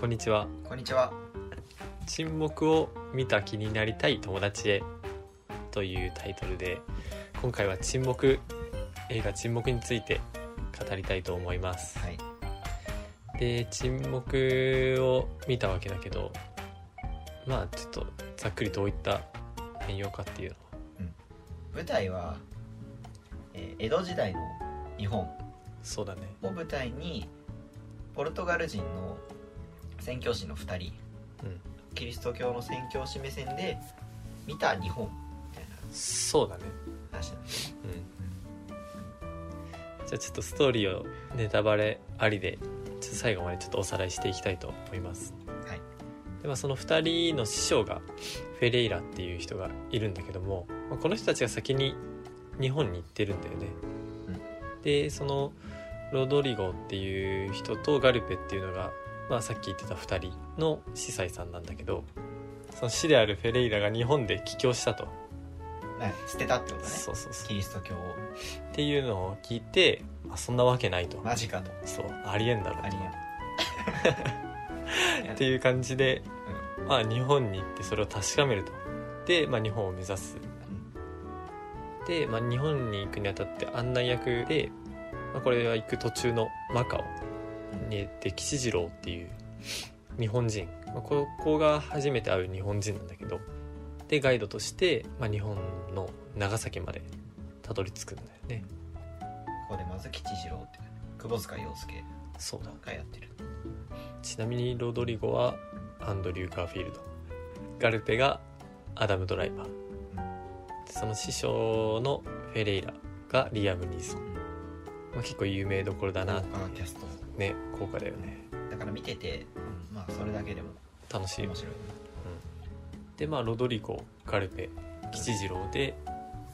こんにちはこんにちは。沈黙を見た気になりたい友達へというタイトルで今回は沈黙映画沈黙について語りたいと思いますはい。で沈黙を見たわけだけどまあちょっとざっくりどういった内容かっていうの舞台は、えー江戸時代の日本そうだねを舞台にポルトガル人の宣教師の2人、うんキリスト教の宣教師目線で見た日本みたいなそうだね話なんですうんじゃあちょっとストーリーをネタバレありでちょっと最後までちょっとおさらいしていきたいと思います、はいでまあ、その2人の師匠がフェレイラっていう人がいるんだけども、まあ、この人たちが先に日本に行ってるんだよね、でそのロドリゴっていう人とガルペっていうのが、まあ、さっき言ってた2人の司祭さんなんだけどその師であるフェレイラが日本で帰郷したと、はい捨てたってことねそうそうそうキリスト教をっていうのを聞いて、あ、そんなわけないと、マジかとそうありえんだろありえ んっていう感じで、まあ、日本に行ってそれを確かめるとで、まあ、日本を目指すで、まあ、日本に行くにあたって案内役で、まあ、これは行く途中のマカオに行って吉次郎っていう日本人、まあ、ここが初めて会う日本人なんだけどでガイドとして、まあ、日本の長崎までたどり着くんだよねここでまず吉次郎っていう窪塚洋介そうだがやってるちなみにロドリゴはアンドリュー・ガーフィールドガルペがアダム・ドライバーその師匠のフェレイラがリアム・ニーソン、まあ、結構有名どころだな豪華なキャストね効果だよねだから見ててまあそれだけでも楽しい面白いでまあロドリゴガルペ吉次郎で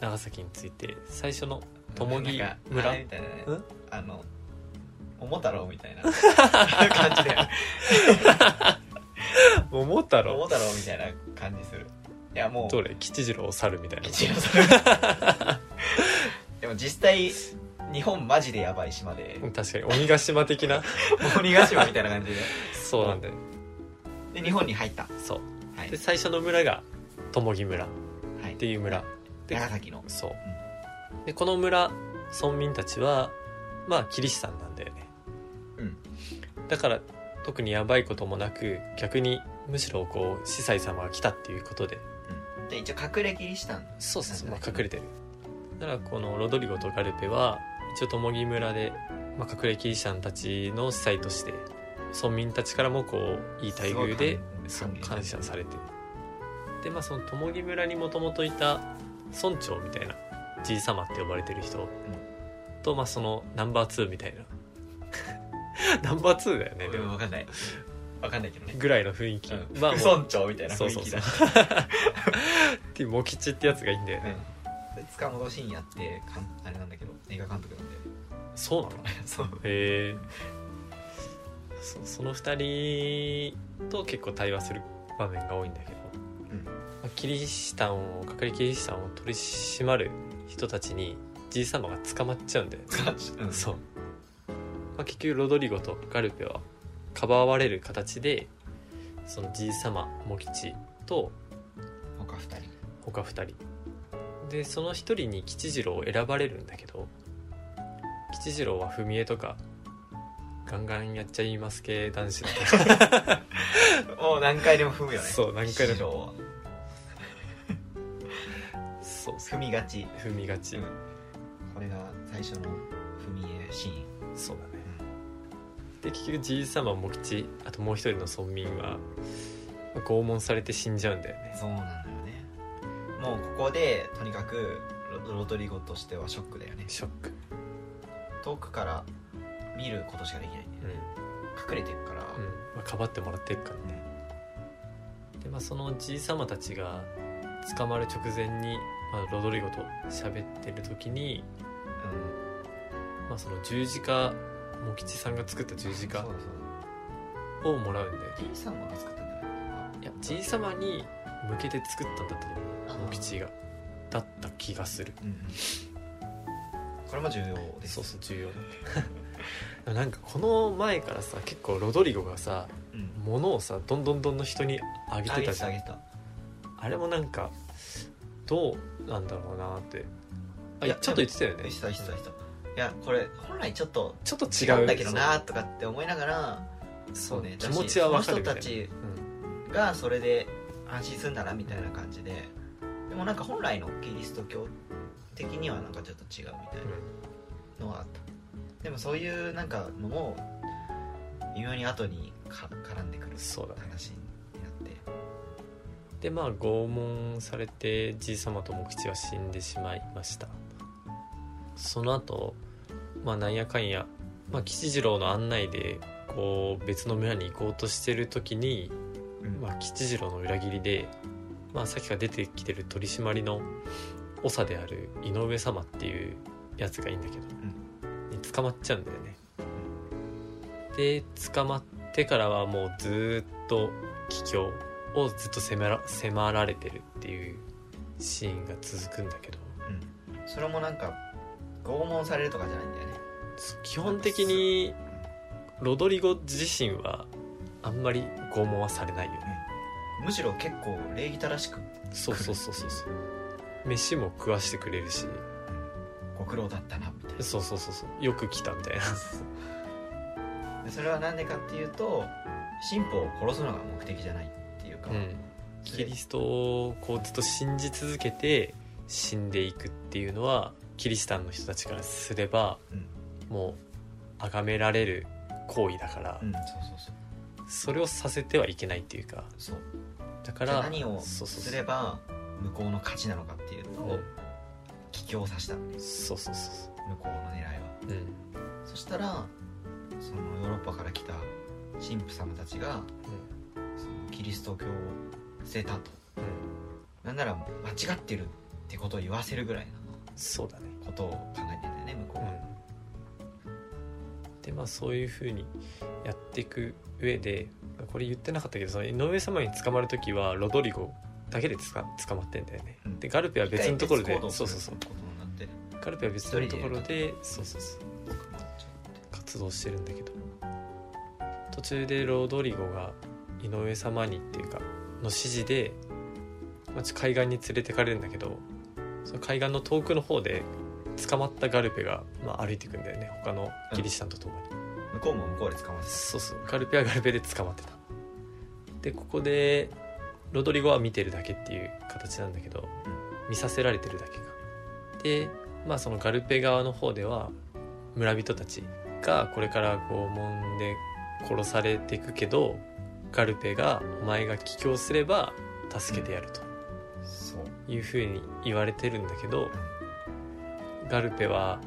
長崎について最初の友木なんか村あれみたいなねうんあの桃太郎 みたいな感じで桃太桃郎太郎みたいな感じするいやもうどれ吉次郎猿みたいな吉郎さん でも実際日本マジでやばい島でうん確かに鬼ヶ島的 な鬼ヶ島みたいな感じでそうなんだよで日本に入ったそうはいで、最初の村が友木村っはい、ていう村で長崎のそう、でこの村村民たちはまあキリシタンなんだよねうんだから特にやばいこともなく逆にむしろこう司祭様が来たっていうことでで一応隠れキリシタンそうそうそう、なまんあ、だね隠れてるだからこのロドリゴとガルペは一応友木村で、まあ、隠れキリシタンたちの司祭として村民たちからもこういい待遇でそすうごい感感謝謝されてでまあその友木村にもともといた村長みたいなじい様って呼ばれてる人と、まあ、そのナンバー2みたいな ナンバー2だよねででもも分かんない分かんないけどねぐらいの雰囲気、うんまあ副もう村長みたいなそ雰う囲そう気そだうっていう茂吉ってやつがいいんだよねうんで塚本慎也ってかんあれなんだけど映画監督なんでそうなの そうへえそその2人と結構対話する場面が多いんだけど、うんまあキリシタンを隠れキリシタンを取り締まる人たちにじいさまが捕まっちゃうんだよ、うんそう、まあ、結局ロドリゴとガルペはかばわれる形でそのじいさまモキチと他二人他2人でその1人に吉次郎を選ばれるんだけど吉次郎は踏み絵とかガンガンやっちゃいます系男子だかもう何回でも踏むよら ねそう何回でももそう踏みがち踏みがち、うんこれが最初の踏み絵シーンそうだねで結局じいさま茂吉あともう1人の村民はまあ拷問されて死んじゃうんだよねそうなんだよねもうここでとにかくロロドリゴとしてはショックだよねショック、遠くから見ることしかできない、ねうん隠れてるから、うんまあ、かばってもらってるからねでまあそのじいさまたちが捕まる直前に、まあ、ロドリゴと喋ってる時に、うんまあ、その十字架茂吉さんが作った十字架そうだそうをもらうんでだ T さんが作ったんだよねいやじいさまに向けて作ったんだったと思う茂吉がだった気がするうんうんこれも重要ですそう そう重要だなんかこの前からさ結構ロドリゴがさうん、物をさどんどんどんどん人にあげあてげたてじゃたあんげてたあれもなんかどうなんだろうなってあいやちょっと言ってたよ言ねってた言ってた言ってたいやこれ本来ちょっとちょっと違違ううんだけどなとかって思いながらそそううね気持ちは分かるそのみた人いなたちうんがそれで安心するならみたいな感じででもなんか本来のキリスト教的にはなんかちょっと違うみたいなのはあったでもそういうなんかのも微妙に後にか絡んでくるそうだね話になってでまあ拷問されてじい様とも口は死んでしまいましたその後まあなんやかんや、まあ、吉次郎の案内でこう別の村に行こうとしてる時に、うんまあ、吉次郎の裏切りで、まあ、さっきから出てきてる取り締まりの長である井上様っていうやつがいいんだけど、に捕まっちゃうんだよねで捕まってからはもうずーっと帰郷をずっと迫ら迫られてるっていうシーンが続くんだけどうんそれもなんか拷問されるとかじゃないんだよね基本的にロドリゴ自身はあんまり拷問はされないよねむしろ結構礼儀正しくそうそうそうそうそう 飯も食わしてくれるしご苦労だったなみたいなそうそうそうそうよく来たみたいな でそれは何でかっていうと神父を殺すのが目的じゃないっていうか、うんそキれリストをこうずっと信じ続けて死んでいくっていうのはキリシタンの人たちからすればうんもう崇められる行為だからうん、そうそうそうそれをさせてはいけないっていうかそうだかじゃらあ何そうをそうすそれうば向こうの勝ちなのかっていうのを帰郷させたのねそうそうそ向こうの狙いはううんそしたらそのヨーロッパから来た神父様たちが、そのキリスト教を捨てたとうんなんなら間違ってるってことを言わせるぐらいそうだねなことを考えてんだよね向こうは、うんでまあそういうふうにやっていく上でこれ言ってなかったけどその井上様に捕まる時はロドリゴだけでつか捕まってんだよねうんでガルペは別のところで一回別行動すそるうそうそうことになってカルペは別のところでそうそうそう活動してるんだけど途中でロドリゴが井上様にっていうかの指示で、まあち海岸に連れてかれるんだけどその海岸の遠くの方で捕まったガルペが、まあ、歩いていくんだよね他のキリシタンと共に、向こうも向こうで捕まってそうそうガルペはガルペで捕まってたでここでロドリゴは見てるだけっていう形なんだけど、見させられてるだけかでまあそのガルペ側の方では村人たちがこれから拷問で殺されていくけどガルペが「お前が帰郷すれば助けてやる」とたそういうふうに言われてるんだけどガルペは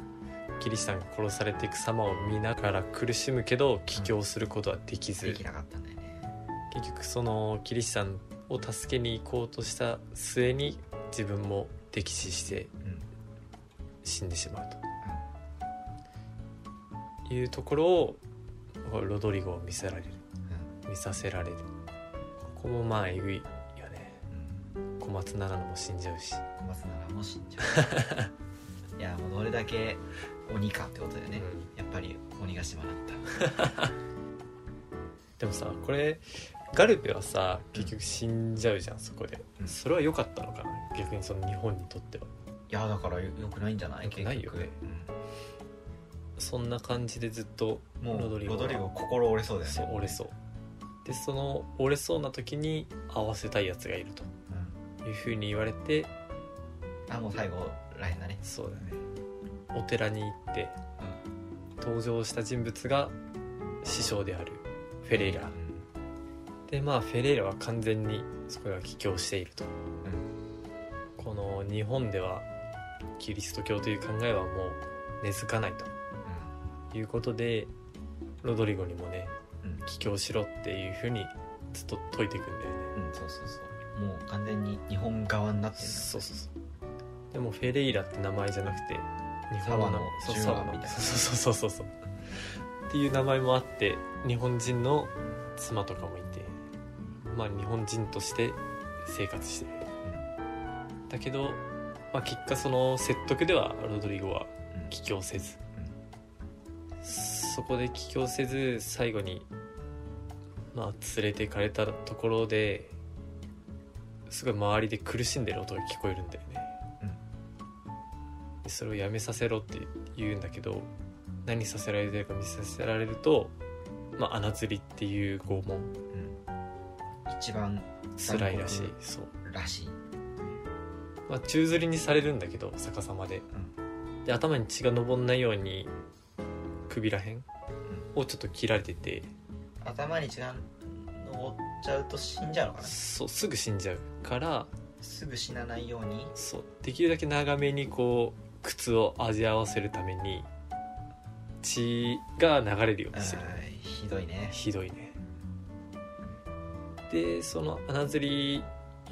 キリシタンが殺されていく様を見ながら苦しむけど帰郷することはできず、できなかったんだよね結局そのキリシタンを助けに行こうとした末に自分も溺死してうん死んでしまうというところをロドリゴを見せられる見させられるここもまあえぐいよねうん小松菜奈々も死んじゃうし小松菜奈も死んじゃ ういやもうどれだけ鬼かってことだよね、やっぱり鬼ヶ島だったでもさこれガルペはさ結局死んじゃうじゃん、そこでうんそれは良かったのかな逆にその日本にとってはいやだからよよくないんじゃないよくないよね、そんな感じでずっと結局うんもうロロドドリリゴゴは心折れそうだよねそう折れそうでその折れそうな時に合わせたいやつがいるとうん、いうふうに言われてあもう最後らへんだねそうだねお寺に行って、登場した人物が師匠であるフェレイラうんでまあフェレイラは完全にそこが帰郷していると、この日本ではキリスト教という考えはもう根付かないということでロドリゴにもねうんうん帰郷しろっていうふうにずっと説いていくんだよねうんそうそうそうもう完全に日本側になってるそうそうそうでもフェレイラって名前じゃなくて日本の名前そうサワサワの中の華みたいなそうそうそうそうそうっていう名前もあって日本人の妻とかもいてまあ日本人として生活してるだけど、まあ、結果その説得ではロドリゴはうんうん帰郷せずそこで帰郷せず最後にまあ、連れて行かれたところですごい周りで苦しんでる音が聞こえるんだよね、でそれをやめさせろって言うんだけど何させられてるか見させられると、まあ、穴釣りっていう拷問うん、一番辛いらしいそうらしい、まあ、宙吊りにされるんだけど逆さまでうで頭に血が上んないように首らへんをちょっと切られててん、頭に血が上っちゃうと死んじゃうのかなそうすぐ死んじゃうからすぐ死なないようにそうできるだけ長めにこう靴を味合わせるために血が流れるようあにしてるーひどいねひどいねでその穴釣り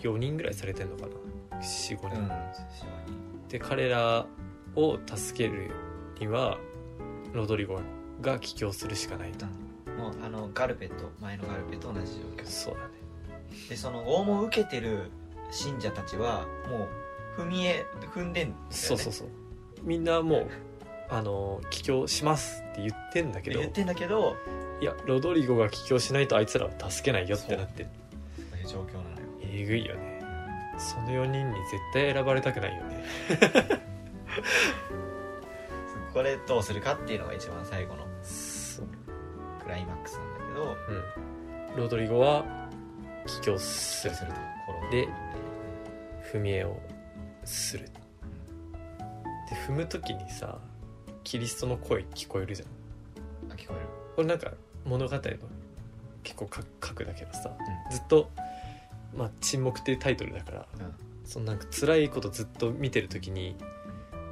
4人ぐらいされてんのかな45う人、ん非常にで彼らを助けるにはロドリゴが帰郷するしかないと、もうあのガルペと前のガルペと同じ状況そうだねでその拷問を受けてる信者たちはもう踏み絵踏んでんだよ、ね、そうそうそうみんなもうあの帰郷しますって言ってんだけでど言ってんだけどいやロドリゴが帰郷しないとあいつらを助けないよってなってそういう状況なのよえぐいよねその4人に絶対選ばれたくないよねこれどうするかっていうのが一番最後のそうクライマックスなんだけどうんロドリゴは帰郷するすると転ぶで踏み絵をするで踏む時にさキリストの声聞こえるじゃんあ聞こえるこれなんか物語の結構か書くだけどさ、ずっと、まあ「沈黙」っていうタイトルだから、うんそのなんか辛いことずっと見てる時に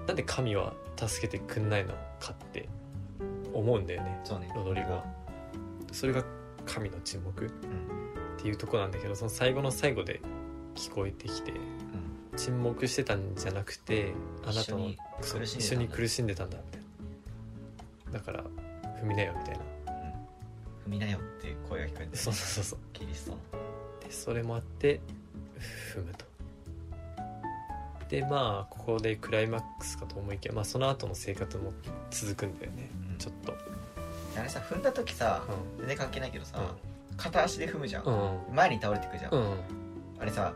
なんで神は助けてくんないのかって思うんだよねそうねロドリゴは。それが神の沈黙っうんていうとこなんだけどその最後の最後で聞こえてきてうん沈黙してたんじゃなくてあな一た緒のにそう苦しんでたんだ一緒に苦しんでたんだみたいなだから踏みなよみたいな踏みなよっていう声が聞こえ てそうそうそうそうキリストのでそれもあって踏むとでまあここでクライマックスかと思いきや、まあ、その後の生活も続くんだよねうんちょっとあれさ踏んだ時さう全然関係ないけどさ片足で踏むじゃんうんん前に倒れてくじゃうんんあれさ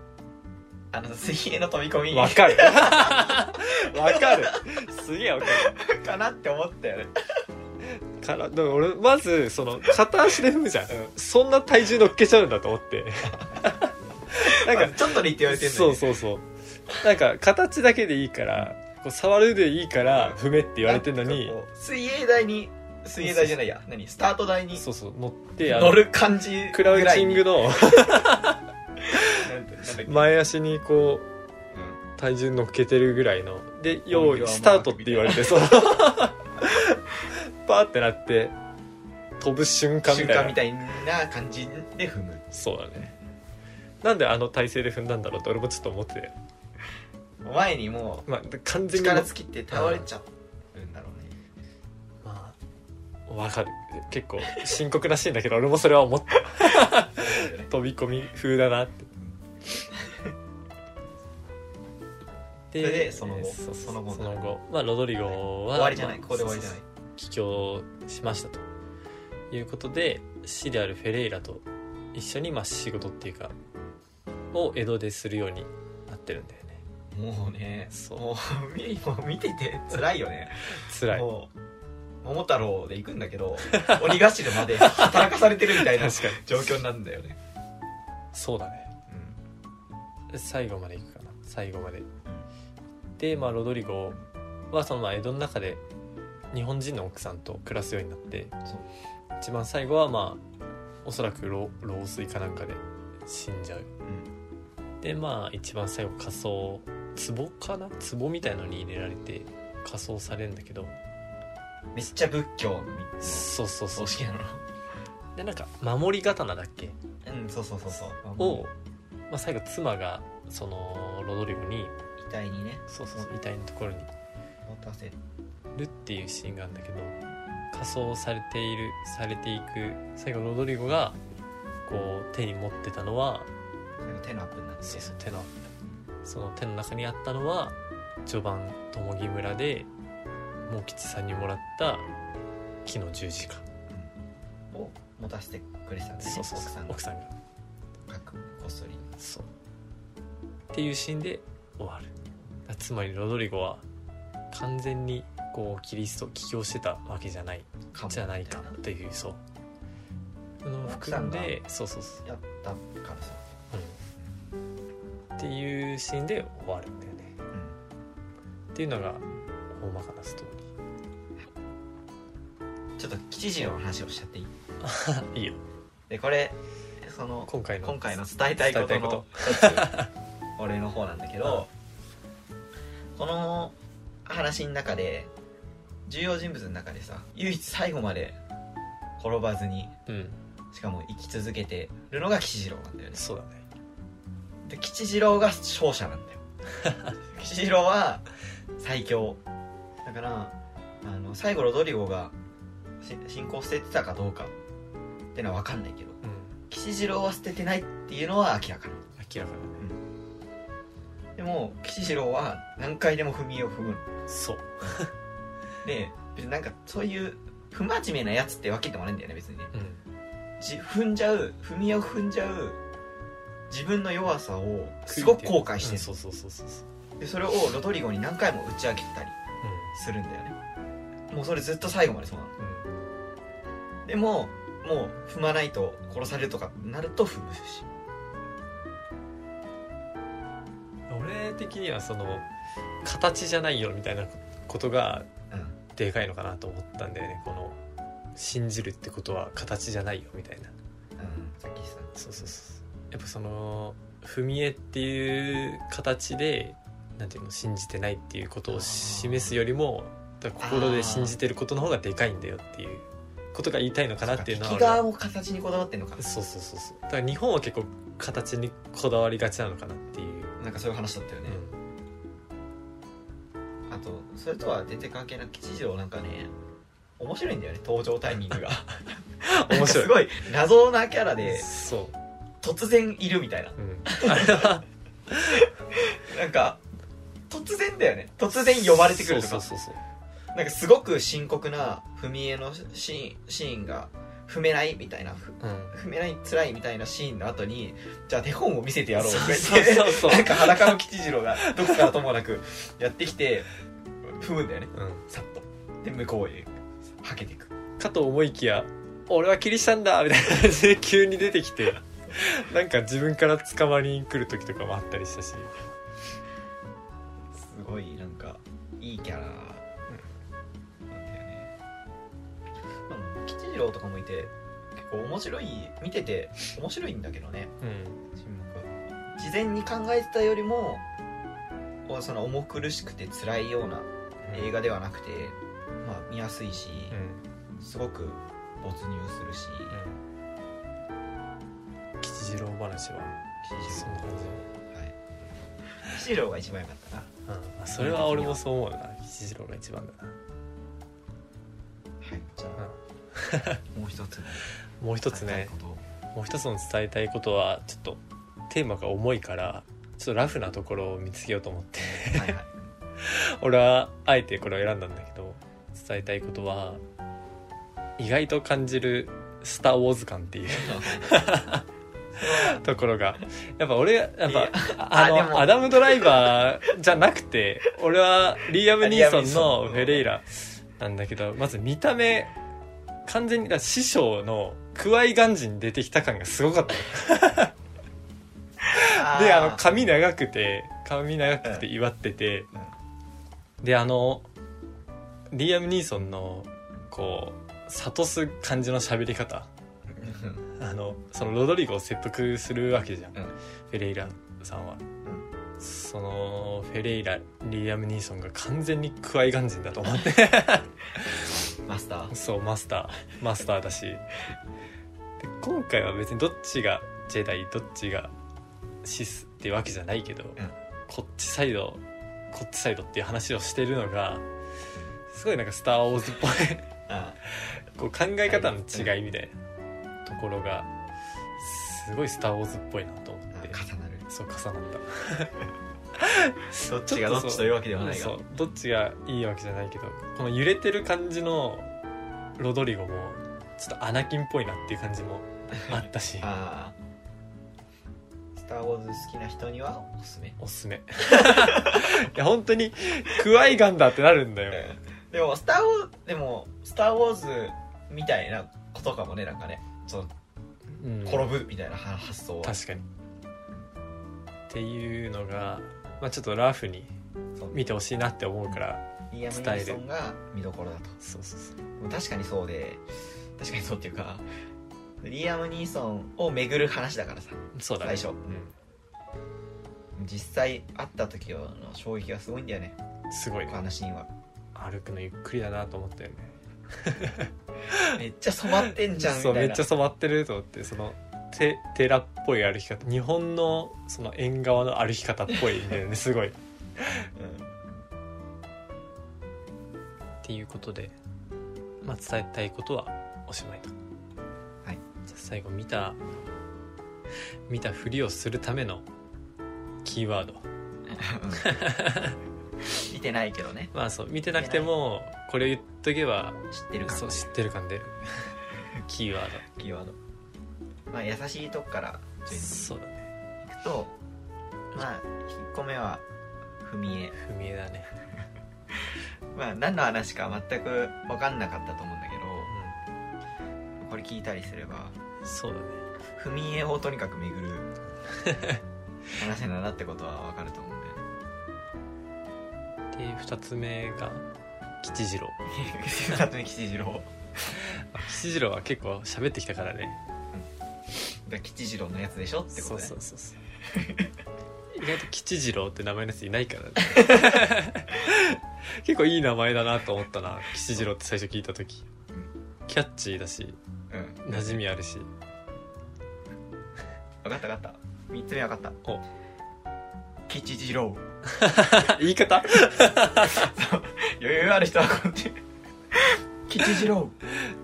あの水泳の飛び込みわ かるわかるすげえわかるかなって思ったよねからだから俺まずその片足で踏むじゃん、うそんな体重乗っけちゃうんだと思って なんかまあちょっとでいいって言われてるそうそうそうなんか形だけでいいからこう触るでいいから踏めって言われてるのに水泳台に水泳台じゃないや何スタート台にそうそう乗ってあの乗る感じクラウチングぐの らいになんてなんだっけ前足にこううん体重乗っけてるぐらいので本用気は意スタートって言われてそうパーってなって飛ぶ瞬間み瞬たい間なみたいな感じで踏むそうだねなんであの体勢で踏んだんだろうって俺もちょっと思ってたよ前にもまあ完う全に力尽きて倒れちゃうんだろうねまあわかる結構深刻なシーンだけど俺もそれは思った 飛び込み風だなってそれでその後そうそうその後その後まあロドリゴは終わりじゃないまあここで終わりじゃない帰郷しましたということで師であるフェレイラと一緒にまあ仕事っていうかを江戸でするようになってるんだよねもうねそうもう見もう見てて辛いよね辛いもう桃太郎で行くんだけど鬼頭まで 働かされてるみたいな確かに状況になるんだよね、そうだね最後まで行くかな最後まででまあロドリゴはそのまあ江戸の中で日本人の奥さんと暮らすようになってそう一番最後はまあおそらく老老衰かなんかで死んじゃううんでまあ一番最後仮装壺かな壺みたいのに入れられて仮装されるんだけどめっちゃ仏教のそうそうそう葬式なのでなんか守り刀だっけうんそうそうそうそうを、まあ、最後妻がそのロドリゴに遺体にねそうそうそう遺体のところに持たせるるっていうシーンがあるんだけど仮装されているされていく最後ロドリゴがこう手に持ってたのはそれが手のアップになってそうそう手のその手の中にあったのは序盤友木村で茂吉さんにもらった木の十字架を持たせてくれてたんだよねそうそう奥そさうんが奥さんがかくこっそりそうっていうシーンで終わるだつまりロドリゴは完全にこうキリスト起業してたわけじゃないかもじゃないかみたというそうその奥含さんんがでそうそうそう、なやったからさ、うん、っていうシーンで終わるんだよねうん、っていうのが大まかなストーちょっと吉人の話をしちゃっていいリーいいよでこれその今回の今回の伝えたいこと伝えたいのこ一つ俺の方なんだけどこの話の中で重要人物の中でさ唯一最後まで転ばずにうんしかも生き続けてるのが吉次郎なんだよねそうだねで吉次郎が勝者なんだよ 吉次郎は最強だからあの最後ロドリゴがし信仰を捨ててたかどうかってのは分かんないけどうん吉次郎は捨ててないっていうのは明らかな明らかでも吉次郎は何回でも踏み絵を踏むのだねそうで別になんかそういう不真面目なやつってわけでもないんだよね別にねうんじ踏んじゃう踏み絵を踏んじゃう自分の弱さをすごく後悔しうてんるそうそうそうそうそうでそれをロドリゴに何回も打ち明けたりするんだよねもうそれずっと最後までそうなのうんうんでももう踏まないと殺されるとかなると踏むし俺的にはその形じゃないよみたいなことがうんでかいのかなと思ったんだよねこの信じるってことは形じゃないよみたいなうんさっきしたそうそうそうやっぱその踏み絵っていう形でなんていうの信じてないっていうことを示すよりもだから心で信じてることの方がでかいんだよっていうことが言いたいのかなっていうのは敵側も形にこだわってんのかそうそうそうそうだから日本は結構形にこだわりがちなのかなっていう、なんかそういう話だったよね、あとそれとは出て関係なく吉次郎なんかね面白いんだよね登場タイミングがうん、 面白いすごい謎なキャラでそ突然いるみたいなう、うん、あれはなんか突然だよね突然呼ばれてくるとそうかそうそうなんかすごく深刻な踏み絵のシーンシーンが踏めないみたいなふそう、うん、踏めない辛いみたいなシーンの後にじゃあ手本を見せてやろうとか言ってそうそうそうそうなんか裸の吉次郎がどこからともなくやってきて踏むんだよねうん、さっとで向こうへはけていくかと思いきや「俺はキリシタンだ!」みたいな感じで急に出てきてなんか自分から捕まりに来る時とかもあったりしたしすごいなんかいいキャラなんだよねまあ吉次郎とかもいて結構面白い見てて面白いんだけどねうん沈黙事前に考えてたよりもその重苦しくて辛いような映画ではなくて、まあ、見やすいし、うんすごく没入するしうん吉次郎話は吉そ次んな感じ郎はい吉次郎が一番良かったなうんあそれは俺もそう思うな吉次郎が一番だな、はいじゃあ、もう一つうん、もう一つ伝ねえたいことをもう一つの伝えたいことはちょっとテーマが重いからちょっとラフなところを見つけようと思ってはい はい俺はあえてこれを選んだんだけど伝えたいことは意外と感じる「スター・ウォーズ」感っていう ところがやっぱ俺やっいやぱああでものアダム・ドライバーじゃなくて俺はリーアム・ニーソンリアムニーソンのうんフェレイラなんだけどまず見た目完全にだから師匠のクワイガンジに出てきた感がすごかったであの髪長くて髪長くて祝ってて、であのリアム・ニーソンのこう諭す感じの喋り方うんあのそのロドリゴを説得するわけじゃん、うんフェレイラさんは、そのフェレイラリアム・ニーソンが完全にクワイガン人だと思ってマスターそうマスターマスターだしで今回は別にどっちがジェダイどっちがシスってわけじゃないけど、こっちサイドこっちサイドっていう話をしてるのがすごいなんか「スター・ウォーズ」っぽ いあこう考え方の違いみたいなところがすごい「スター・ウォーズ」っぽいなと思っあて重なるそう重なったどっちがどっちというわけではないがそうどっちがいいわけじゃないけどこの揺れてる感じのロドリゴもちょっとアナキンっぽいなっていう感じ もあったしああスター・ウォーズ好きな人にはおすすめおすすめ いや本当にクワイガンだってなるんだよでもスター・ウォーでも「スター・ウォーズ」みたいなことかもねなんかねそのうん転ぶみたいなは発想は確かにっていうのが、まあ、ちょっとラフにそう見てほしいなって思うからイアム・伝ニえルるソンが見どころだとそうそうそう確かにそうで確かにそうっていうかリアム・ニーソンを巡る話だからさそうだね最う初実際会った時の衝撃がすごいんだよねん、すごいねあのシーンは歩くのゆっくりだなと思ったよねめっちゃ染まってんじゃんみたそいうなめっちゃ染まってると思ってそのて寺っぽい歩き方日本のその縁側の歩き方っぽいんだよねす ごいっうんていうことで、まあ、伝えたいことはおしまいとはいじゃあ最後見た見たふりをするためのキーワード見てないけどねまあそう見てなくてもこれ言っとけば知ってるかそうら知ってる感 出るキーワーキーワードまあ優しいとこからド順にそうだねいくとまあ1個目は踏み絵踏み絵だね、まあ何の話か全く分かんなかったと思うんだけうどこれ聞いたりすればん、そうだね踏み絵をとにかく巡 る話なんだなってことは分かると思うんだよねで2つ目が吉次郎 里見吉次郎吉次郎は結構喋ってきたからねが吉次郎のやつでしょってことそうねそうそうそう意外と吉次郎って名前のやついないからね 結構いい名前だなと思ったな吉次郎って最初聞いた時キャッチーだしうん馴染みあるし分かった分かった3つ目分かったお吉次郎あ 言い方余裕ある人はこうや って吉次郎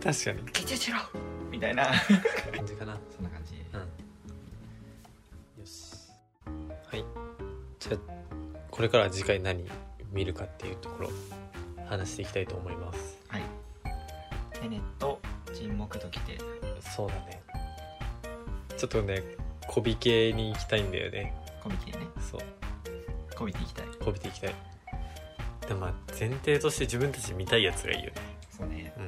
確かに吉次郎みたいな感じかなそんな感じよしはいじゃあこれから次回何見るかっていうところ話していきたいと思いますはいテネット沈黙ときてそうだねちょっとねこび系に行きたいんだよねコミティねそうコミティ行きたいこびていきたいでもまあ前提として自分たち見たいやつがいいよねそうねう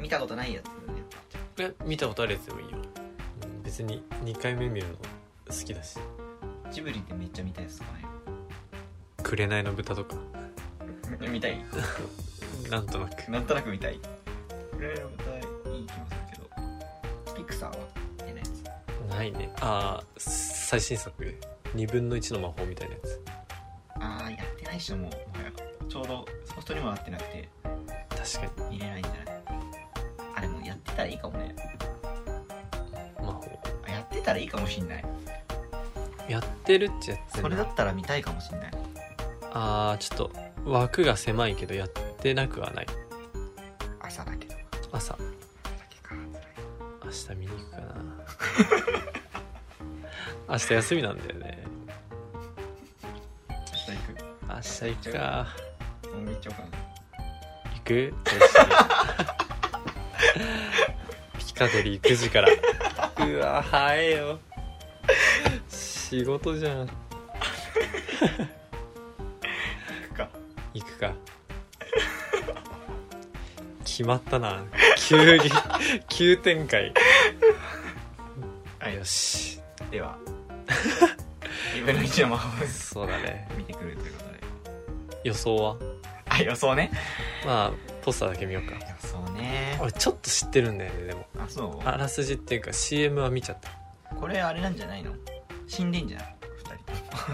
ん見たことないやつねえ見たことあるやつでもいいよ、うん別に2回目見るの好きだしジブリってめっちゃ見たいですかね「紅の豚」とか 見たいなんとなくなんとなく見たいこれはまたいい気もするけどピクサーは見てないやつないねああ最新作2分の1の魔法みたいなやつああやってない人ももはやちょうどソフトにもなってなくて確か見れないんじゃないあでもやってたらいいかもねに魔法あやってたらいいかもしんないやってるっちゃやってそるれだったら見たいかもしんないああちょっと枠が狭いけどやってなくはない朝だけど朝朝だけか明日見に行くかな 明日休みなんだよね辛い明日行明日行くかく俺行っちゃおうかな行く ピカデリー9時からうわ早えよ仕事じゃん行 くか行くか決まったな急に急展開はいよしで は自分の一の魔法ですそうだね見てくるということで予想はあ予想ねまあポスターだけ見ようか予想ね俺ちょっと知ってるんだよねでもあそあらすじっていうか CM は見ちゃったうこれあれなんじゃないの死んでんじゃない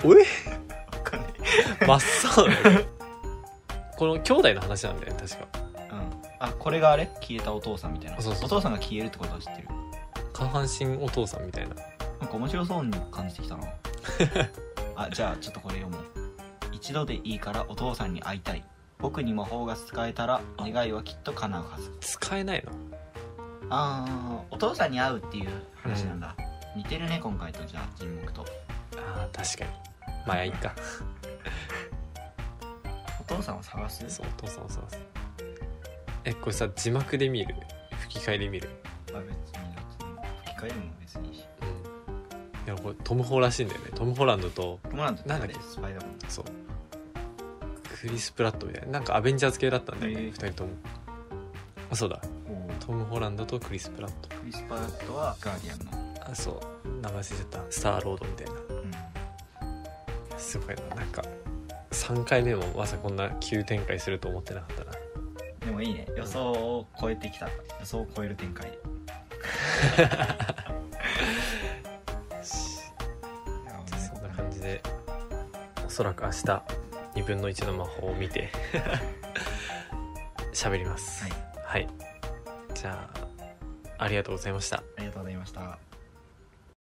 おえ2人わかんない真っ青だよこの兄弟の話なんだよね確かうんあこれがあれ消えたお父さんみたいなそうそうそうお父さんが消えるってことは知ってる下半身お父さんみたいななんか面白そうに感じてき たなあじゃあちょっとこれ読もう一度でいいからお父さんに会いたい僕に魔法が使えたら願いはきっと叶うはず使えないのあーお父さんに会うっていう話なんだ、似てるね今回とじゃあ沈黙とあー確かにまあいいかお父さんを探すそうお父さんを探すえこれさ字幕で見る吹き替えで見る、まあ別にだって吹き替えるのも別にいいしうん、でもこれトム・ホらしいんだよねトム・ホランドとトムランドなんだっけスパイダーマンそうクリス・プラットみたいななんかアベンジャーズ系だったんだよね、へえ2人ともあそうだおートム・ホランドとクリス・プラットクリス・パートはガーディアンの、あそう名前忘れちゃったスター・ロードみたいなうん、すごいななんか3回目もまさかこんな急展開すると思ってなかったなでもいいね予想を超えてきた予想を超える 展開 そんな感じでおそらく明日2分の1の魔法を見て 喋りますはいはい、じゃあありがとうございましたありがとうございました